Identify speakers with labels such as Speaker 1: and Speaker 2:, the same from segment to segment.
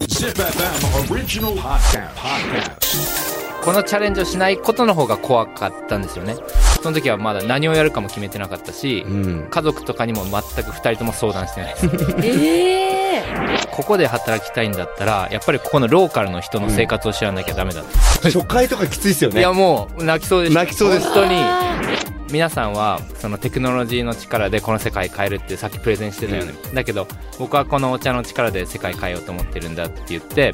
Speaker 1: ZipFM original podcast. podcast.
Speaker 2: このチャレンジをしないことの方が怖かったんですよねその時はまだ何をやるかも決めてなかったし、
Speaker 3: ん
Speaker 2: 家族とかにも全く2人とも相談してないです
Speaker 4: ええ
Speaker 2: ここで働きたいんだったらやっぱりここのローカルの人の生活を知らなきゃダメだ、
Speaker 3: 初回とかきついですよ
Speaker 2: い
Speaker 3: ね
Speaker 2: やもう泣きそうです
Speaker 3: 泣きそうです
Speaker 2: 本当に皆さんはそのテクノロジーの力でこの世界変えるってさっきプレゼンしてたよね、だけど僕はこのお茶の力で世界変えようと思ってるんだって言って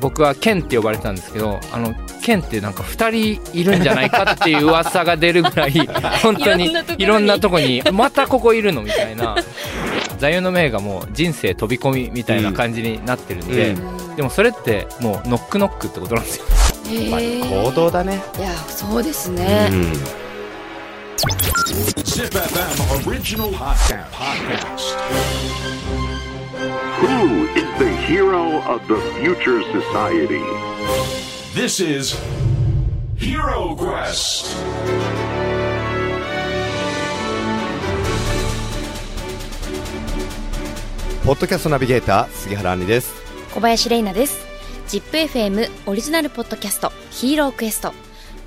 Speaker 2: 僕はケンって呼ばれてたんですけどあのケンってなんか2人いるんじゃないかっていう噂が出るぐ らい本当に
Speaker 4: いろんなところに
Speaker 2: いろんなとこにまたここいるのみたいな座右の銘がもう人生飛び込みみたいな感じになってるんで、でもそれってもうノックノックってことなんですよ
Speaker 4: ええ
Speaker 3: 行動だね
Speaker 4: いやそうですね、
Speaker 1: ZipFM original podcast. podcast.
Speaker 5: Who is the hero of the future society?
Speaker 1: This is Hero Quest.
Speaker 3: ポッドキャストナビゲーター杉原杏里です
Speaker 4: 小林玲奈です ZIPFM オリジナルポッドキャスト「ヒーロークエスト」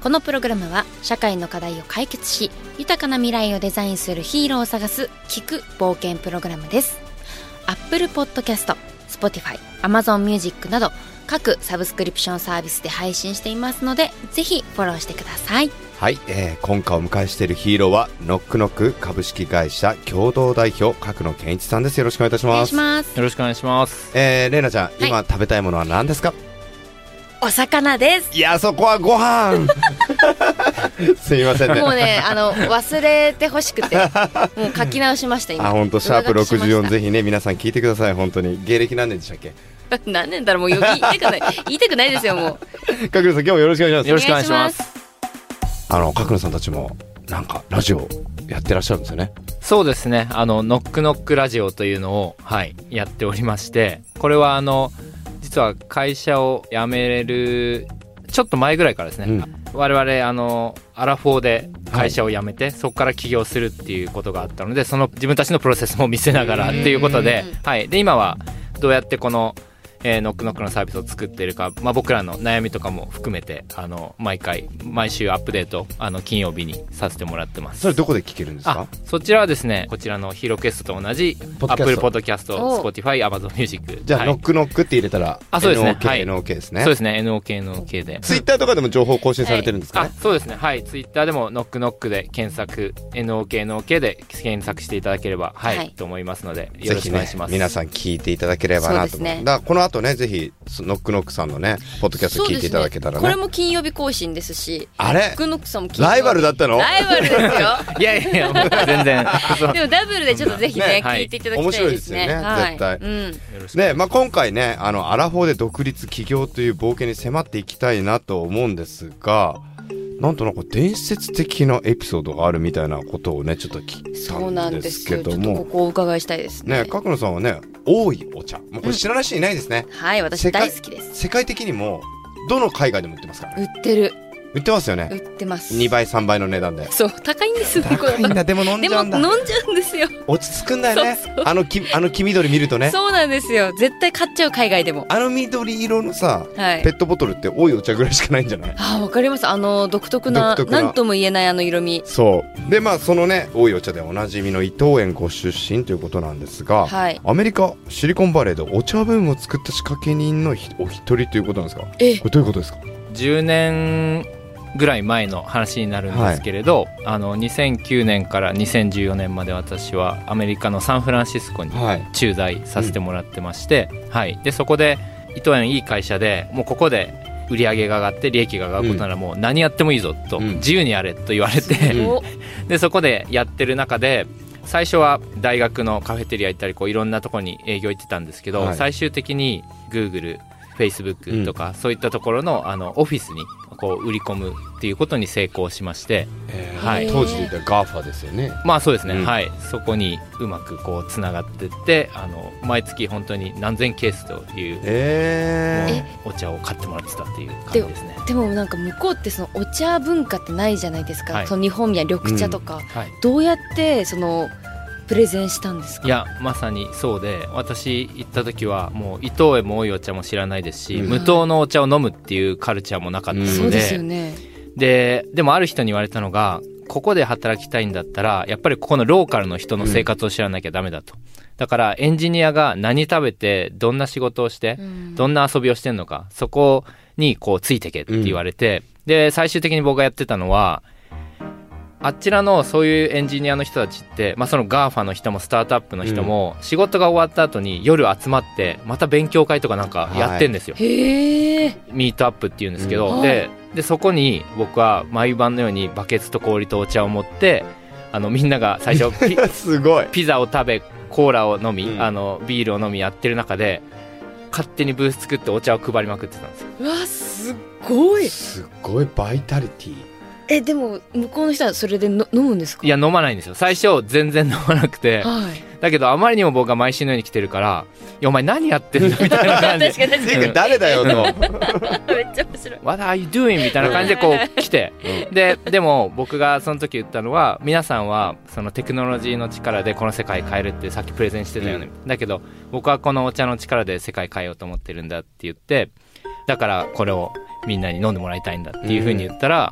Speaker 4: このプログラムは社会の課題を解決し豊かな未来をデザインするヒーローを探す聞く冒険プログラムです Apple Podcast、Spotify、Amazon Music など各サブスクリプションサービスで配信していますのでぜひフォローしてください
Speaker 3: はい、えー今回お迎えしているヒーローはノックノック株式会社共同代表角野健一さんですよろしくお願いいたし
Speaker 4: お願
Speaker 3: ま
Speaker 4: い
Speaker 3: す
Speaker 4: します
Speaker 2: よろしくお願いします
Speaker 3: えー、レイナちゃん、
Speaker 4: い
Speaker 3: 今食べたいものは何ですか
Speaker 4: お魚です
Speaker 3: いやそこは ご飯すいませんね
Speaker 4: もうねあの忘れてほしくてもう書き直しました今
Speaker 3: あ本当シャープ
Speaker 4: 上書きしました
Speaker 3: 64ぜひね皆さん聞いてください本当に芸歴何年でしたっけ
Speaker 4: 何年だろうもうよ言いたく ない言いたくないですよもう
Speaker 3: 角野さん今日もよろしくお願いし
Speaker 2: よろ
Speaker 3: ま
Speaker 2: しくお願いします
Speaker 3: すあの角野さんたちもなんかラジオやってらっしゃるんですよね
Speaker 2: そうですね。あの、ノックノックラジオというのを、はい、やっておりまして、これはあの、実は会社を辞める、ちょっと前ぐらいからですね、
Speaker 3: うん
Speaker 2: 我々、あの、アラフォーで会社を辞めて、そこから起業するっていうことがあったので、その自分たちのプロセスも見せながらっていうことで、はい。で、今は、どうやってこの、えーノックノックのサービスを作っているか、まあ、僕らの悩みとかも含めて、あの、毎回、毎週アップデート、あの、金曜日にさせてもらってます。
Speaker 3: それどこで聞けるんです
Speaker 2: あ
Speaker 3: か
Speaker 2: そちらはですねこちらのヒロクエストと同じ
Speaker 3: ポッドキャスト
Speaker 2: Apple Podcast
Speaker 4: お
Speaker 2: Spotify Amazon Music
Speaker 3: じゃあ、
Speaker 2: はい
Speaker 3: ノックノックって入れたら
Speaker 2: あそうですね
Speaker 3: NOK、
Speaker 2: はい
Speaker 3: NOK ですね
Speaker 2: そうですね NOKNOK で
Speaker 3: ツイッターとかでも情報更新されてるんですか
Speaker 2: あ
Speaker 3: ね、
Speaker 2: そうですねはいツイッターでもノックノックで検索 NOKNOK で検索していただければはい、
Speaker 4: はい
Speaker 2: と思いますのでよ
Speaker 3: ぜ
Speaker 2: ろし
Speaker 3: ひ
Speaker 2: くお願
Speaker 3: ね
Speaker 2: いします、
Speaker 3: 皆さん聞いていただければなと
Speaker 4: そう
Speaker 3: 思
Speaker 4: ですね
Speaker 3: だからこの後ねぜひそノックノックさんのねポッドキャスト聞いていただけた
Speaker 4: そ
Speaker 3: ら
Speaker 4: うですねこれ
Speaker 3: ね
Speaker 4: も金曜日更新ですし
Speaker 3: あれ
Speaker 4: グノックさんも金曜日
Speaker 3: ライバルだったの
Speaker 4: ライバルです よ
Speaker 2: いやいやいやもう全然そう
Speaker 4: でもダブルでちょっとぜひね
Speaker 2: ねはい
Speaker 4: 聞いていただきたいですね
Speaker 3: 面白いですよね
Speaker 4: は
Speaker 3: 絶対
Speaker 4: うん
Speaker 3: ねまあ、今回ねあのアラフォーで独立起業という冒険に迫っていきたいなと思うんですがなんとなんか伝説的なエピソードがあるみたいなことをねちょっと聞
Speaker 4: そう
Speaker 3: いた
Speaker 4: なんん
Speaker 3: で
Speaker 4: ですす
Speaker 3: け
Speaker 4: よちょ
Speaker 3: ど
Speaker 4: っとこ
Speaker 3: も
Speaker 4: こをお伺いしたいですね
Speaker 3: ね角野さんはね多いお茶もうこれ知らない人いないですね、
Speaker 4: はい私
Speaker 3: 世界
Speaker 4: 大好きです
Speaker 3: 世界的にもどの海外でも売ってますからね
Speaker 4: 売ってる
Speaker 3: 売ってますよね
Speaker 4: 売ってます
Speaker 3: 2倍3倍の値段で
Speaker 4: そう高いんですねこ
Speaker 3: 高いんだでも飲ん
Speaker 4: で
Speaker 3: じ
Speaker 4: も
Speaker 3: ゃうんだ
Speaker 4: 飲んじゃうんですよ
Speaker 3: 落ち着くんだよねあのきあの黄緑見るとね
Speaker 4: そうなんですよ絶対買っちゃう海外でも
Speaker 3: あの緑色のさ、
Speaker 4: はい
Speaker 3: ペットボトルって多いお茶ぐらいしかないんじゃない
Speaker 4: あーわかりますあの独特な
Speaker 3: 独特な
Speaker 4: なんとも言えないあの色味
Speaker 3: そうでまあそのね多いお茶でおなじみの伊藤園ご出身ということなんですが、
Speaker 4: はい
Speaker 3: アメリカシリコンバレーでお茶ブームを作った仕掛け人のひお一人ということなんですか
Speaker 4: え
Speaker 3: これどういうことですか
Speaker 2: 10年ぐらい前の話になるんですけれど、あの2009年から2014年まで私はアメリカのサンフランシスコに
Speaker 3: はい
Speaker 2: 駐在させてもらってまして、はい、でそこで伊藤園いい会社でもうここで売り上げが上がって利益が上がることならもう何やってもいいぞと、
Speaker 3: うん
Speaker 2: 自由にやれと言われて、
Speaker 4: お
Speaker 2: でそこでやってる中で最初は大学のカフェテリア行ったりこういろんなとこに営業行ってたんですけど、
Speaker 3: はい
Speaker 2: 最終的に Google、Facebook とか、そういったところのあのオフィスにこう売り込むっていうことに成功しまして、はい
Speaker 3: 当時で言ったらガーファですよね
Speaker 2: まあそうですね、
Speaker 3: うん
Speaker 2: はいそこにうまくこうつながってってあの毎月本当に何千ケースという
Speaker 3: え
Speaker 2: お茶を買ってもらってたっていう感じですね
Speaker 4: でもなんか向こうってそのお茶文化ってないじゃないですか、
Speaker 2: はい
Speaker 4: その日本や緑茶とか、
Speaker 2: はい
Speaker 4: どうやってそのプレゼンしたんですか
Speaker 2: いやまさにそうで私行った時はもう伊藤園も多いお茶も知らないですし、
Speaker 3: うん
Speaker 2: 無糖のお茶を飲むっていうカルチャーもなかったので、
Speaker 3: うん
Speaker 4: そうですよね
Speaker 2: ででもある人に言われたのがここで働きたいんだったらやっぱりここのローカルの人の生活を知らなきゃダメだと、だからエンジニアが何食べてどんな仕事をして、
Speaker 4: うん
Speaker 2: どんな遊びをしてんのかそこにこうついてけって言われて、で最終的に僕がやってたのはあちらのそういうエンジニアの人たちって、まあ、その GAFA の人もスタートアップの人も仕事が終わった後に夜集まってまた勉強会とかなんかやってんですよ、
Speaker 4: へえ
Speaker 2: ミートアップっていうんですけど、
Speaker 4: うん
Speaker 2: ででそこに僕は毎晩のようにバケツと氷とお茶を持ってあのみんなが最初ピ
Speaker 3: すごい
Speaker 2: ピザを食べコーラを飲み、
Speaker 3: うん
Speaker 2: あのビールを飲みやってる中で勝手にブース作ってお茶を配りまくってたんですよ
Speaker 4: うわすっごい
Speaker 3: すごいバイタリティ
Speaker 4: えでも向こうの人はそれでの飲むんですか
Speaker 2: いや飲まないんですよ最初全然飲まなくて
Speaker 4: はい
Speaker 2: だけどあまりにも僕が毎週のように来てるから「いやお前何やってんだ」みたいな感じ
Speaker 4: 確かに確
Speaker 3: っ
Speaker 4: か
Speaker 3: て
Speaker 4: に
Speaker 3: いうか誰だよと
Speaker 4: めっちゃ面 白い
Speaker 2: 「What are you doing?」みたいな感じでこう来てででも僕がその時言ったのは皆さんはそのテクノロジーの力でこの世界変えるってさっきプレゼンしてたよね、だけど僕はこのお茶の力で世界変えようと思ってるんだって言ってだからこれをみんなに飲んでもらいたいんだっていうふうに言ったら、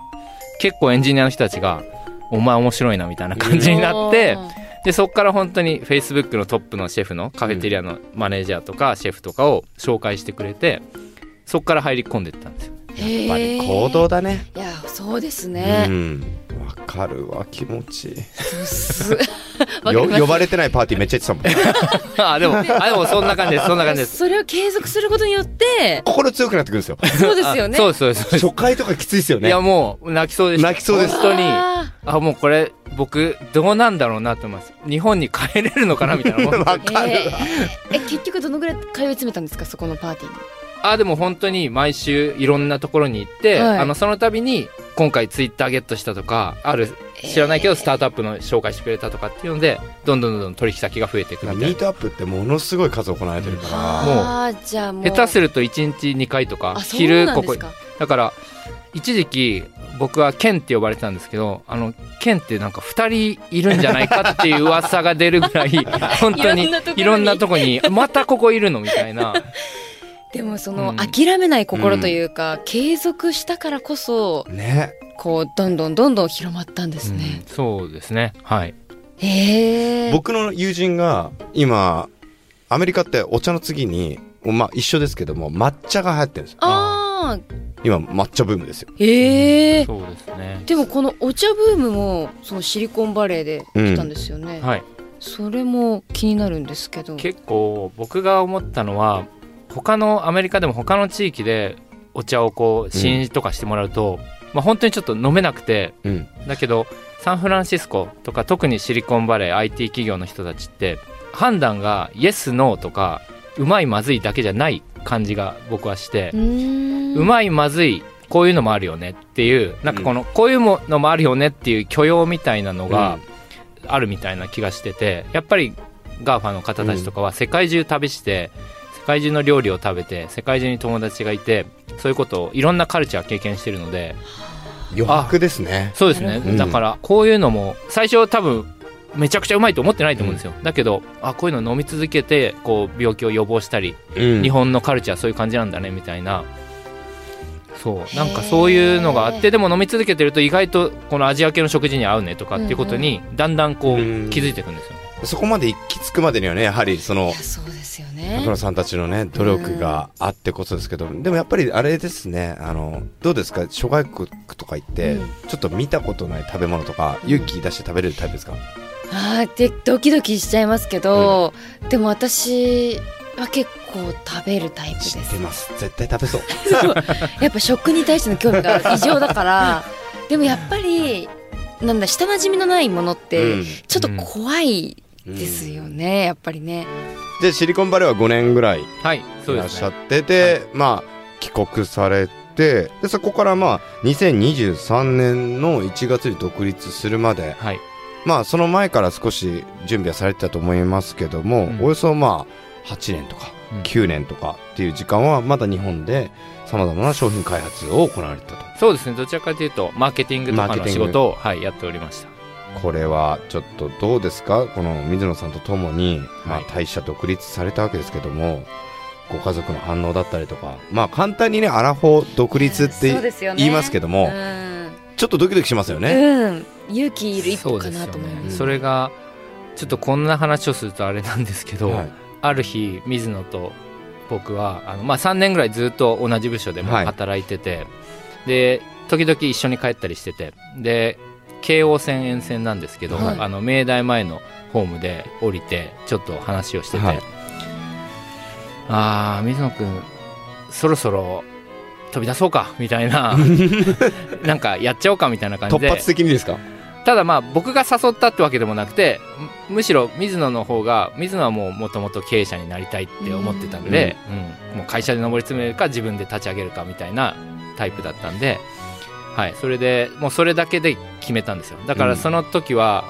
Speaker 2: 結構エンジニアの人たちが「お前面白いな」みたいな感じになって。でそこから本当に Facebook のトップのシェフのカフェテリアのマネージャーとかシェフとかを紹介してくれてそこから入り込んでいったんですよ
Speaker 3: やっぱり行動だね
Speaker 4: いやそうです
Speaker 3: う
Speaker 4: ね、
Speaker 3: んわかるわ気持ちいい
Speaker 4: すわかり
Speaker 3: よ
Speaker 4: ます
Speaker 3: 呼ばれてないパーティーめっちゃ行ってたもん
Speaker 2: あでもあでもそんな感じですそんな感じです
Speaker 4: それを継続することによって
Speaker 3: 心強くなってくるんですよ
Speaker 4: そうですよね
Speaker 2: そうですそうですそうです
Speaker 3: 初回とかきついですよ
Speaker 2: い
Speaker 3: ね
Speaker 2: やもう泣きそうでした
Speaker 3: 泣きそうです
Speaker 2: 本当に
Speaker 4: あ
Speaker 2: あもうこれ僕どうなんだろうなと思います日本に帰れるのかなみたい な本当に
Speaker 4: ーえーえ結局どのぐらい通い詰めたんですかそこのパーティーに
Speaker 2: あでも本当に毎週いろんなところに行って、
Speaker 4: はい
Speaker 2: あのその度に今回ツイッターゲットしたとかある知らないけどスタートアップの紹介してくれたとかっていうのでどんどんどんどん取引先が増えていくみたいな
Speaker 3: ミートアップってものすごい数行われてるから
Speaker 4: あーじゃあもう
Speaker 2: 下手す
Speaker 4: る
Speaker 2: ると1日2回とか
Speaker 4: あそう
Speaker 2: 昼
Speaker 4: なん
Speaker 2: こ
Speaker 4: で
Speaker 2: こ
Speaker 4: すか
Speaker 2: だから一時期僕はケンって呼ばれてたんですけどあのケンってなんか2人いるんじゃないかっていう噂が出るぐ らい本当に
Speaker 4: いろんなところに
Speaker 2: いろんなとこにまたここいるのみたい な
Speaker 4: でもそ
Speaker 2: うん
Speaker 4: の諦めない心というか、継続したからこそ
Speaker 3: ね
Speaker 4: こうどんどんどんどん広まったんです
Speaker 2: う
Speaker 4: ね
Speaker 2: ん、そうですねはい
Speaker 4: へえ
Speaker 3: 僕の友人が今アメリカってお茶の次にまあ一緒ですけども抹茶が流行ってるんですよ
Speaker 4: ああ
Speaker 3: 今抹茶ブームですよ
Speaker 4: へえ
Speaker 2: そうですね
Speaker 4: でもこのお茶ブームもそのシリコンバレーで来たんですよね、
Speaker 2: はい
Speaker 4: それも気になるんですけど
Speaker 2: 結構僕が思ったのは他のアメリカでも他の地域でお茶をこう試飲とかしてもらうと、まあ本当にちょっと飲めなくて
Speaker 3: うん
Speaker 2: だけどサンフランシスコとか特にシリコンバレー IT 企業の人たちって判断がイエスノーとかうまいまずいだけじゃない感じが僕はして
Speaker 4: う、ーん
Speaker 2: うまいまずいこういうのもあるよねっていうなんかこの、こういうものもあるよねっていう許容みたいなのがあるみたいな気がしててやっぱり GAFA の方たちとかは世界中旅して、世界中の料理を食べて世界中に友達がいてそういうことをいろんなカルチャー経験してるので
Speaker 3: 余白ですね
Speaker 2: そうです
Speaker 4: な
Speaker 2: ね、
Speaker 4: るほ
Speaker 3: ど
Speaker 2: だからこういうのも最初多分めちゃくちゃうまいと思ってないと思うんですよ、だけどあこういうの飲み続けてこう病気を予防したり、
Speaker 3: うん
Speaker 2: 日本のカルチャーそういう感じなんだねみたいなそうなんかそういうのがあってでも飲み続けてると意外とこのアジア系の食事に合うねとかっていうことにだんだんこう
Speaker 3: うん
Speaker 2: 気づいていくんですよね、
Speaker 3: そこまで行き着くまでにはねやはりそ
Speaker 4: い
Speaker 3: の
Speaker 4: やそうですよ
Speaker 3: 中野
Speaker 4: ね
Speaker 3: さんたちのね努力があってこそですけど、でもやっぱりあれですねあのどうですか諸外国とか行って、
Speaker 4: うん
Speaker 3: ちょっと見たことない食べ物とか勇気出して食べれるタイプですか、
Speaker 4: あーでドキドキしちゃいますけど、でも私は結構食べるタイプで
Speaker 3: 知
Speaker 4: す
Speaker 3: ってます絶対食べそう
Speaker 4: やっぱ食に対しての興味が異常だから でもやっぱりなんだ下馴染みのないものってちょっと怖いですよね、やっぱりね
Speaker 3: でシリコンバレーは5年ぐらいい
Speaker 2: はいそう
Speaker 3: ら
Speaker 2: で
Speaker 3: っ
Speaker 2: す
Speaker 3: しゃ
Speaker 2: ね
Speaker 3: ってで、まあ帰国されてでそこからまあ2023年の1月に独立するまで
Speaker 2: はい
Speaker 3: まあその前から少し準備はされてたと思いますけども、
Speaker 2: うん
Speaker 3: およそまあ8年とか
Speaker 2: うん
Speaker 3: 9年とかっていう時間はまだ日本でさまざまな商品開発を行われてたと
Speaker 2: そうですねどちらかというとマーケティングとか
Speaker 3: マーケ
Speaker 2: の
Speaker 3: ティン
Speaker 2: 仕
Speaker 3: グ
Speaker 2: 事を、はい、やっておりました
Speaker 3: これはちょっとどうですかこの水野さんとともに、まあ、大社独立されたわけですけどもご家族の反応だったりとかまあ簡単にねアラフォー独立っ
Speaker 4: そう
Speaker 3: て
Speaker 4: ですよね
Speaker 3: 言いますけども、
Speaker 4: うん
Speaker 3: ちょっとドキドキしますよね、
Speaker 4: うん、勇気いる一
Speaker 2: そ
Speaker 4: 歩
Speaker 2: う
Speaker 4: か
Speaker 2: です
Speaker 4: な
Speaker 2: よ
Speaker 4: と思いま
Speaker 2: ね
Speaker 4: す。
Speaker 2: それがちょっとこんな話をするとあれなんですけど、
Speaker 3: はい
Speaker 2: ある日水野と僕はあの、まあ、3年ぐらいずっと同じ部署でも
Speaker 3: はい
Speaker 2: 働いてて、で時々一緒に帰ったりしててで京王線沿線なんですけど、
Speaker 4: はい
Speaker 2: あの明大前のホームで降りてちょっと話をしてて、
Speaker 3: はい
Speaker 2: ああ水野君そろそろ飛び出そうかみたい ななんかやっちゃおうかみたいな感じ
Speaker 3: 突
Speaker 2: で
Speaker 3: 発的にですか
Speaker 2: ただまあ僕が誘ったってわけでもなくてむむしろ水野の方が水野はもうもともと経営者になりたいって思ってたんで、うんもう会社で上り詰めるか自分で立ち上げるかみたいなタイプだったんで、はい、それでもうそれだけで決めたんですよだからその時は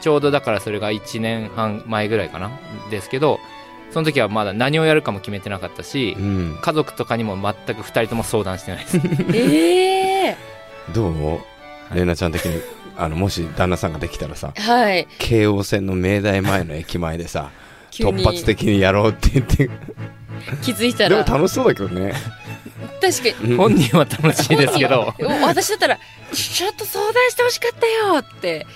Speaker 2: ちょうどだからそれが1年半前ぐらいかなですけどその時はまだ何をやるかも決めてなかったし
Speaker 3: うん
Speaker 2: 家族とかにも全く2人とも相談してないです
Speaker 4: ええ
Speaker 3: どう玲奈ちゃん的にあのもし旦那さんができたらさ
Speaker 4: はい。
Speaker 3: 京王線の明大前の駅前でさ
Speaker 4: 急
Speaker 3: 突
Speaker 4: に
Speaker 3: 発的にやろうって言って
Speaker 4: 気づいた
Speaker 3: でも
Speaker 4: ら確
Speaker 3: 楽しそうだけどね
Speaker 4: かに。
Speaker 2: 本人は楽しい ですけど
Speaker 4: お私だったらちょっと相談してほしかったよって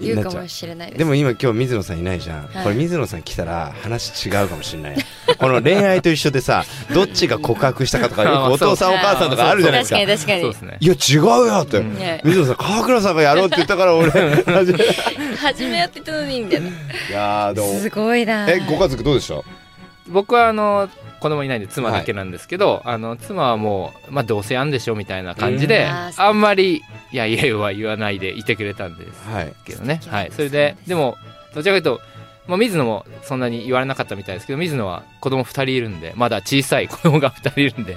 Speaker 4: 言うかもしれないです。
Speaker 3: でも今今日水野さんいないじゃん、
Speaker 4: はい
Speaker 3: これ水野さん来たら話違うかもしれないこの恋愛と一緒でさ どっちが告白したかとかよくお父さんお母さんとかあるじゃないで
Speaker 4: 確
Speaker 3: すか
Speaker 4: かに
Speaker 3: い
Speaker 4: 確か
Speaker 2: そう
Speaker 4: に
Speaker 2: ですね
Speaker 3: や違うよって、
Speaker 2: うん
Speaker 4: ね
Speaker 3: 水野さん川倉さんがやろうって言っ たから俺初めて
Speaker 4: 初めやってたのにみたいない
Speaker 3: やーどう
Speaker 4: すごいな
Speaker 3: えご家族どうでした
Speaker 2: 僕はあの子供いないんで妻だけなんですけど、あの妻はもう、まあ、どうせやんでしょみたいな感じで、
Speaker 4: うんあーそう
Speaker 2: あんまり「いやいや」は言わないでいてくれたんです
Speaker 3: はい
Speaker 2: けどね、
Speaker 4: 素敵
Speaker 2: はい、それででもどちらかというと、まあ、水野もそんなに言われなかったみたいですけど水野は子供2人いるんでまだ小さい子供が2人いるんで、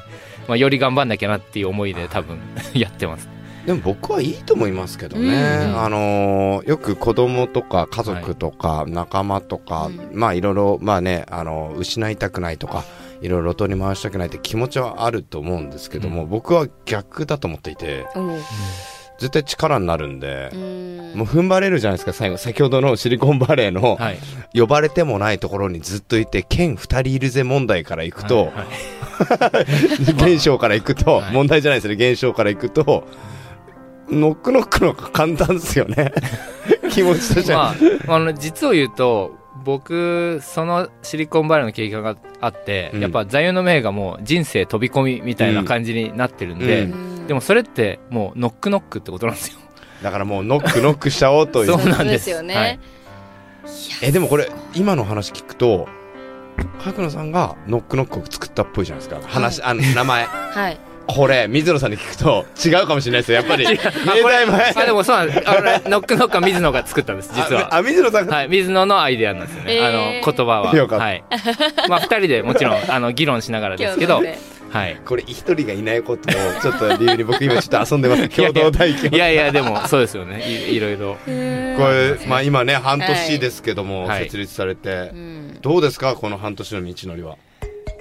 Speaker 2: まあ、より頑張んなきゃなっていう思いで多分やってます
Speaker 3: でも僕はいいと思いますけどね、
Speaker 4: うん
Speaker 3: あのーよく子供とか家族とか仲間とか、
Speaker 4: うん
Speaker 3: まあいろいろまあね、あのー失いたくないとかいろいろとに回したくないって気持ちはあると思うんですけども、僕は逆だと思っていて
Speaker 4: おう
Speaker 3: 絶対力になるんで
Speaker 4: う、ん
Speaker 3: もう踏ん張れるじゃないですか最後先ほどのシリコンバレーの、
Speaker 2: はい
Speaker 3: 呼ばれてもないところにずっといて県2人いるぜ問題からいくと、
Speaker 2: はい はい
Speaker 3: 現象からいくと、
Speaker 2: はい
Speaker 3: 問題じゃないですよね現象からいくとノックノックの方が簡単ですよ ね気持ちとしては、
Speaker 2: まあ、あの実を言うと僕そのシリコンバレーの経験があって、
Speaker 3: うん
Speaker 2: やっぱ座右の銘がもう人生飛び込みみたいな感じになってるんで、
Speaker 3: うん
Speaker 2: でもそれってもうノックノックってことなん ですよ
Speaker 3: だからもうノックノックしちゃおうとい
Speaker 2: そううなんです
Speaker 4: よね。
Speaker 2: はい
Speaker 3: えでもこれ今の話聞くと角野さんがノックノックを作ったっぽいじゃないですか話、あの名前
Speaker 4: はい。
Speaker 3: これ水野さんに聞くと違うかもしれないですよや っぱり明大前
Speaker 2: あでもそうなんですあれ ノックノックは水野が作ったんです実
Speaker 3: あ
Speaker 2: は
Speaker 3: あ水野さんが、
Speaker 2: はい水野のアイデアなんですよね、
Speaker 4: えー
Speaker 2: あの言葉は
Speaker 3: よかった
Speaker 2: はいまあ2人でもちろんあの議論しながらですけど、
Speaker 4: 今日のね
Speaker 2: はい、
Speaker 3: これ一人がいないことをちょっと理由に僕今ちょっと遊んでます共同体験
Speaker 2: いやいやでもそうですよねいいろいろ
Speaker 4: うん
Speaker 3: これ、まあ、今ね半年ですけども、
Speaker 2: はい
Speaker 3: 設立されて、
Speaker 4: うん
Speaker 3: どうですかこの半年の道のりは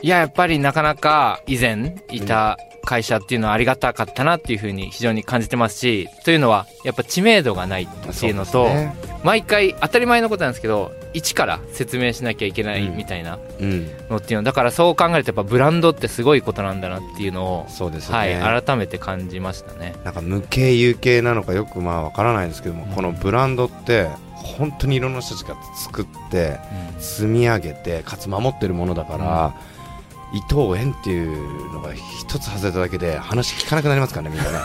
Speaker 3: い
Speaker 2: や、やっぱりなかなか以前いた会社っていうのはありがたかったなっていうふうに非常に感じてますし、というのはやっぱ知名度がないっていうのと、毎回当たり前のことなんですけど、一から説明しなきゃいけない
Speaker 3: うん
Speaker 2: みたいな
Speaker 3: うん
Speaker 2: のっていうの、だからそう考えるとやっぱブランドってすごいことなんだなっていうのを、
Speaker 3: そうですよ
Speaker 2: は
Speaker 3: ね、
Speaker 2: い、改めて感じましたね。
Speaker 3: なんか無形有形なのかよくまあわからないですけども、このブランドって本当にいろんな人たちが作って積み上げてかつ守ってるものだから、伊藤園っていうのが一つ外れただけで話聞かなくなりますからね みんなね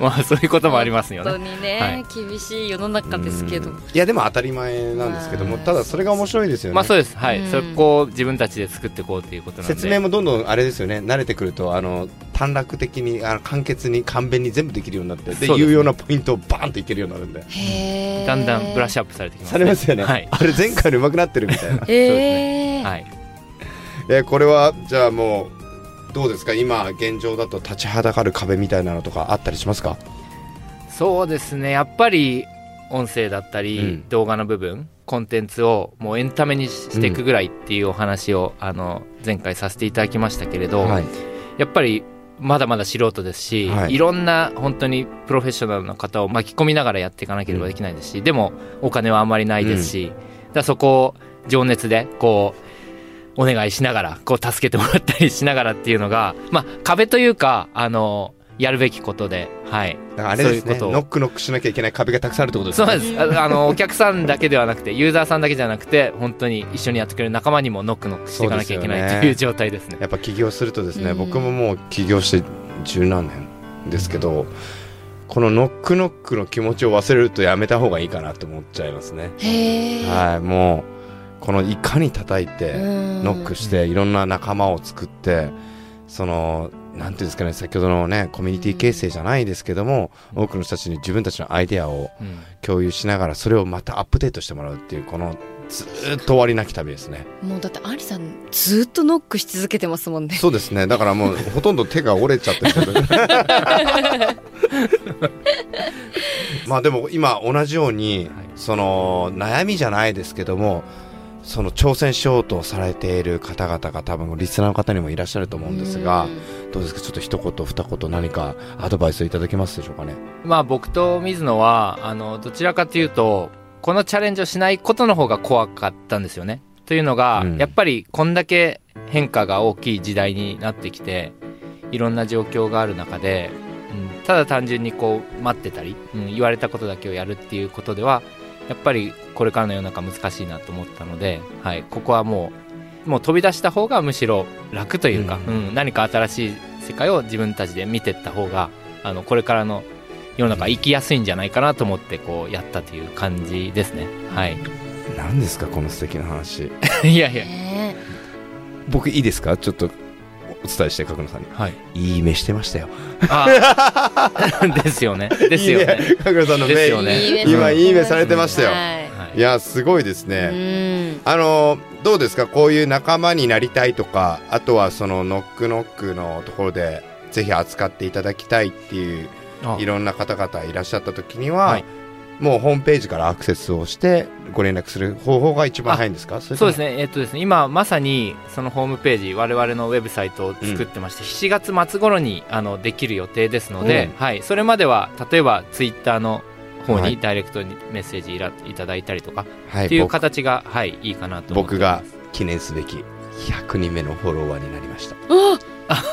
Speaker 2: まあそういうこともありますよ
Speaker 4: 本
Speaker 2: ね。
Speaker 4: 当にね、
Speaker 2: はい
Speaker 4: 厳しい世の中ですけど、
Speaker 3: うんいやでも当たり前なんですけども、ただそれが面白いですよね、
Speaker 2: まあそうです。はい。
Speaker 4: うん
Speaker 2: そこを自分たちで作っていこうっていうことなんで。
Speaker 3: 説明もどんどんあれですよね慣れてくるとあの短絡的にあの簡潔に簡便に全部できるようになってで
Speaker 2: そうですね
Speaker 3: 有用なポイントをバーンといけるようになるんで
Speaker 4: へえ
Speaker 2: だんだんブラッシュアップされてきます、
Speaker 3: されますよね、
Speaker 2: はい。
Speaker 3: あれ前回より上手くなってるみた いな
Speaker 4: へえ、
Speaker 2: はい。
Speaker 3: えーこれはじゃあもうどうですか今現状だと立ちはだかる壁みたいなのとかあったりしますか
Speaker 2: そうですねやっぱり音声だったり、
Speaker 3: うん
Speaker 2: 動画の部分コンテンツをもうエンタメにしていくぐらいっていうお話を、あの前回させていただきましたけれど、
Speaker 3: はい
Speaker 2: やっぱりまだまだ素人ですし、
Speaker 3: はい
Speaker 2: い、ろんな本当にプロフェッショナルな方を巻き込みながらやっていかなければできないですし、でもお金はあんまりないですし、だからそこを情熱でこうお願いしながらこう助けてもらったりしながらっていうのが、まあ、壁というかあのやるべきことで、はい、
Speaker 3: だからあれですね
Speaker 2: そういうことを
Speaker 3: ノックノックしなきゃいけない壁がたくさんあるってことです
Speaker 2: そ
Speaker 3: ね
Speaker 2: うなんですああのお客さんだけではなくてユーザーさんだけじゃなくて本当に一緒にやってくれる仲間にもノックノックしていかなきゃいけ
Speaker 3: そうです
Speaker 2: な
Speaker 3: よね
Speaker 2: いという状態ですね
Speaker 3: やっぱ起業するとですね、
Speaker 4: うん
Speaker 3: 僕ももう起業して十何年ですけどこのノックノックの気持ちを忘れるとやめた方がいいかなと思っちゃいますね、
Speaker 4: へえ、
Speaker 3: はいもうこのいかに叩いて
Speaker 4: うん
Speaker 3: ノックしていろんな仲間を作ってそのなんていうんですかね先ほどのねコミュニティ形成じゃないですけども多くの人たちに自分たちのアイデアを
Speaker 2: うん
Speaker 3: 共有しながらそれをまたアップデートしてもらうっていうこのずーっと終わりなき旅ですね
Speaker 4: もうだってアリさんずっとノックし続けてますもんね
Speaker 3: そうですねだからもうほとんど手が折れちゃってるけ どまあでも今同じように、
Speaker 2: はい
Speaker 3: その悩みじゃないですけどもその挑戦しようとされている方々が多分リスナーの方にもいらっしゃると思うんですがどうですかちょっと一言二言何かアドバイスをいただけますでしょうかね
Speaker 2: まあ僕と水野はあのどちらかというとこのチャレンジをしないことの方が怖かったんですよね。というのが、
Speaker 3: うん
Speaker 2: やっぱりこんだけ変化が大きい時代になってきていろんな状況がある中で、うん、ただ単純にこう待ってたり、うん、言われたことだけをやるっていうことではやっぱりこれからの世の中難しいなと思ったので、はい、ここはもうもう飛び出した方がむしろ楽というか、
Speaker 3: う
Speaker 2: うん何か新しい世界を自分たちで見ていった方があのこれからの世の中生きやすいんじゃないかなと思ってこうやったという感じですねはい
Speaker 3: 何ですかこの素敵な話
Speaker 2: いやいや
Speaker 4: ねえ
Speaker 3: 僕いいですかちょっとお伝えして角野さんに
Speaker 2: はい
Speaker 3: いい目してましたよ
Speaker 2: あー ですよねですよね
Speaker 3: いいね角野さんの目
Speaker 2: ですよね
Speaker 4: いい目
Speaker 3: 今
Speaker 4: うん
Speaker 3: いい目されてましたよ
Speaker 4: はい
Speaker 2: はい
Speaker 3: いやすごいですね、
Speaker 4: うん
Speaker 3: あのどうですかこういう仲間になりたいとかあとはそのノックノックのところでぜひ扱っていただきたいっていう
Speaker 2: あ
Speaker 3: いろんな方々いらっしゃった時には、
Speaker 2: はい
Speaker 3: もうホームページからアクセスをしてご連絡する方法が一番早いんですかそ
Speaker 2: そうです
Speaker 3: ね
Speaker 2: ね、えっとですね、今まさにそのホームページ、我々のウェブサイトを作ってまして、7月末頃にあのできる予定ですので、はい、それまでは例えばツイッターの方
Speaker 3: はい
Speaker 2: にダイレクトにメッセージいらいただいたりとか、
Speaker 3: はい
Speaker 2: っていう
Speaker 3: 僕
Speaker 2: 形が、はい、いいかなと思ってお
Speaker 3: 僕
Speaker 2: り
Speaker 3: が
Speaker 2: ます
Speaker 3: 記念すべき100人目のフォロワーになりました
Speaker 4: おすご
Speaker 3: 今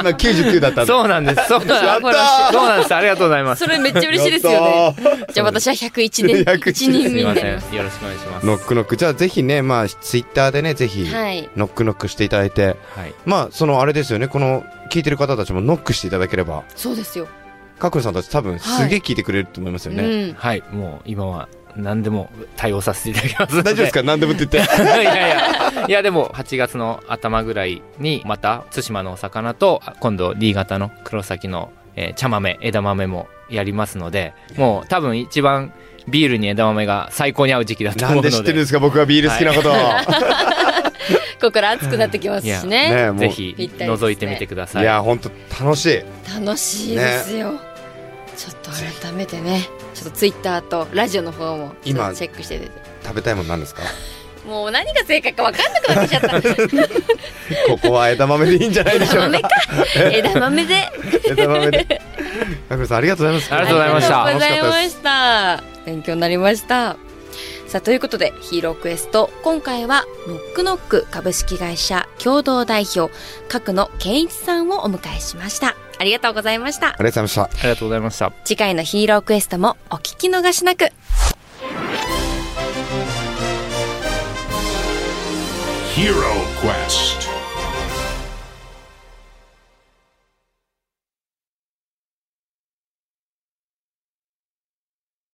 Speaker 3: 99だったんだ
Speaker 2: そうなんです、そう なんです、そうなんです、ありがとうございま
Speaker 4: い
Speaker 2: す。
Speaker 4: それめっちゃ嬉しいですよね
Speaker 3: ね
Speaker 4: じゃあ私は101年
Speaker 3: 101
Speaker 4: 1人
Speaker 2: す
Speaker 4: 目
Speaker 2: み
Speaker 4: にな
Speaker 2: ま
Speaker 4: り
Speaker 2: せん、
Speaker 4: ま
Speaker 2: よ
Speaker 4: す
Speaker 2: ろしくお願いします。
Speaker 3: ノックノックじゃあぜひねまあツイッターでねぜひ
Speaker 4: はい
Speaker 3: ノックノックしていただいて、
Speaker 2: はい、
Speaker 3: まあそのあれですよねこの聞いてる方たちもノックしていただければ
Speaker 4: そうですよ、
Speaker 3: カクさんたち多分すげえ聞いてくれると思いますよね、
Speaker 4: うん
Speaker 2: はい、もう今は何でも対応させていただきますので。
Speaker 3: 大丈夫ですか何でもって言っ て
Speaker 2: いやいやいやでも8月の頭ぐらいにまた対馬のお魚とあ今度 D 型の黒崎の、えー茶豆枝豆もやりますのでもう多分一番ビールに枝豆が最高に合う時期だと
Speaker 3: な
Speaker 2: 思うんので
Speaker 3: で知ってるんですか僕はビール好きなこと、
Speaker 4: ここから暑くなってきますしね
Speaker 3: ねもう
Speaker 2: ぜひ
Speaker 4: ぴったりですね
Speaker 2: 覗いてみてくださ
Speaker 3: い
Speaker 2: い
Speaker 3: や本当楽しい
Speaker 4: 楽しいですよ、ちょっと改めてねちょっとツイッターとラジオの方もちょっ
Speaker 3: 今
Speaker 4: とチェックしてて
Speaker 3: 食べたいもんなんですか
Speaker 4: もう何が正解か分かんなくなってきちゃった
Speaker 3: ここは枝豆でいいんじゃないでし
Speaker 4: 枝
Speaker 3: ょう
Speaker 4: 豆
Speaker 3: か
Speaker 4: か枝豆で
Speaker 3: 枝豆でカクさんありがとうございます
Speaker 2: ありがとうございました
Speaker 4: ありがとうございま
Speaker 3: 楽しかっ
Speaker 4: した勉強になりましたさあということでヒーロークエスト今回はノックノック株式会社共同代表角野健一さんをお迎えしましたありがとうございました
Speaker 3: たですありがとうございました
Speaker 2: ありがとうございました
Speaker 4: 次回のヒーロークエストもお聞き逃しなく
Speaker 1: Hero Quest.